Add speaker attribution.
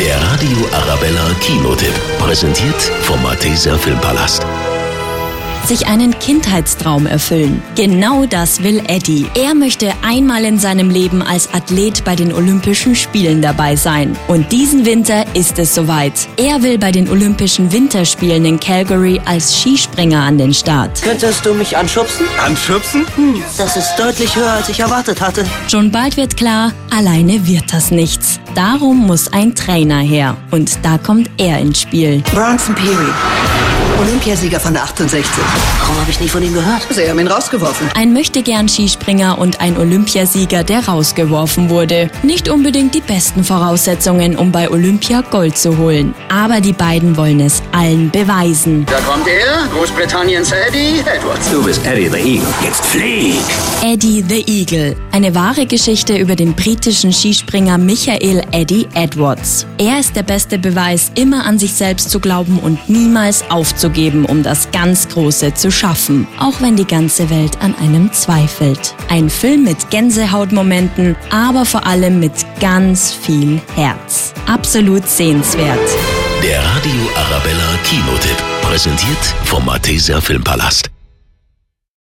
Speaker 1: Der Radio Arabella Kinotipp. Präsentiert vom Malteser Filmpalast.
Speaker 2: sich einen Kindheitstraum erfüllen. Genau das will Eddie. Er möchte einmal in seinem Leben als Athlet bei den Olympischen Spielen dabei sein. Und diesen Winter ist es soweit. Er will bei den Olympischen Winterspielen in Calgary als Skispringer an den Start.
Speaker 3: Könntest du mich anschubsen? Hm,
Speaker 4: Anschubsen?
Speaker 3: Das ist deutlich höher, als ich erwartet hatte.
Speaker 2: Schon bald wird klar, alleine wird das nichts. Darum muss ein Trainer her. Und da kommt er ins Spiel.
Speaker 5: Bronson Peary, Olympiasieger von der 68.
Speaker 3: Warum habe ich nie von ihm gehört?
Speaker 5: Sie haben ihn rausgeworfen.
Speaker 2: Ein möchtegern Skispringer und ein Olympiasieger, der rausgeworfen wurde. Nicht unbedingt die besten Voraussetzungen, um bei Olympia Gold zu holen. Aber die beiden wollen es allen beweisen.
Speaker 6: Da kommt er, Großbritanniens Eddie Edwards.
Speaker 1: Du bist Eddie the Eagle. Jetzt flieg!
Speaker 2: Eddie the Eagle. Eine wahre Geschichte über den britischen Skispringer Michael Eddie Edwards. Er ist der beste Beweis, immer an sich selbst zu glauben und niemals aufzugeben, um das ganz Große zu schaffen. Auch wenn die ganze Welt an einem zweifelt. Ein Film mit Gänsehautmomenten, aber vor allem mit ganz viel Herz. Absolut sehenswert.
Speaker 1: Der Radio Arabella Kinotipp. Präsentiert vom Malteser Filmpalast.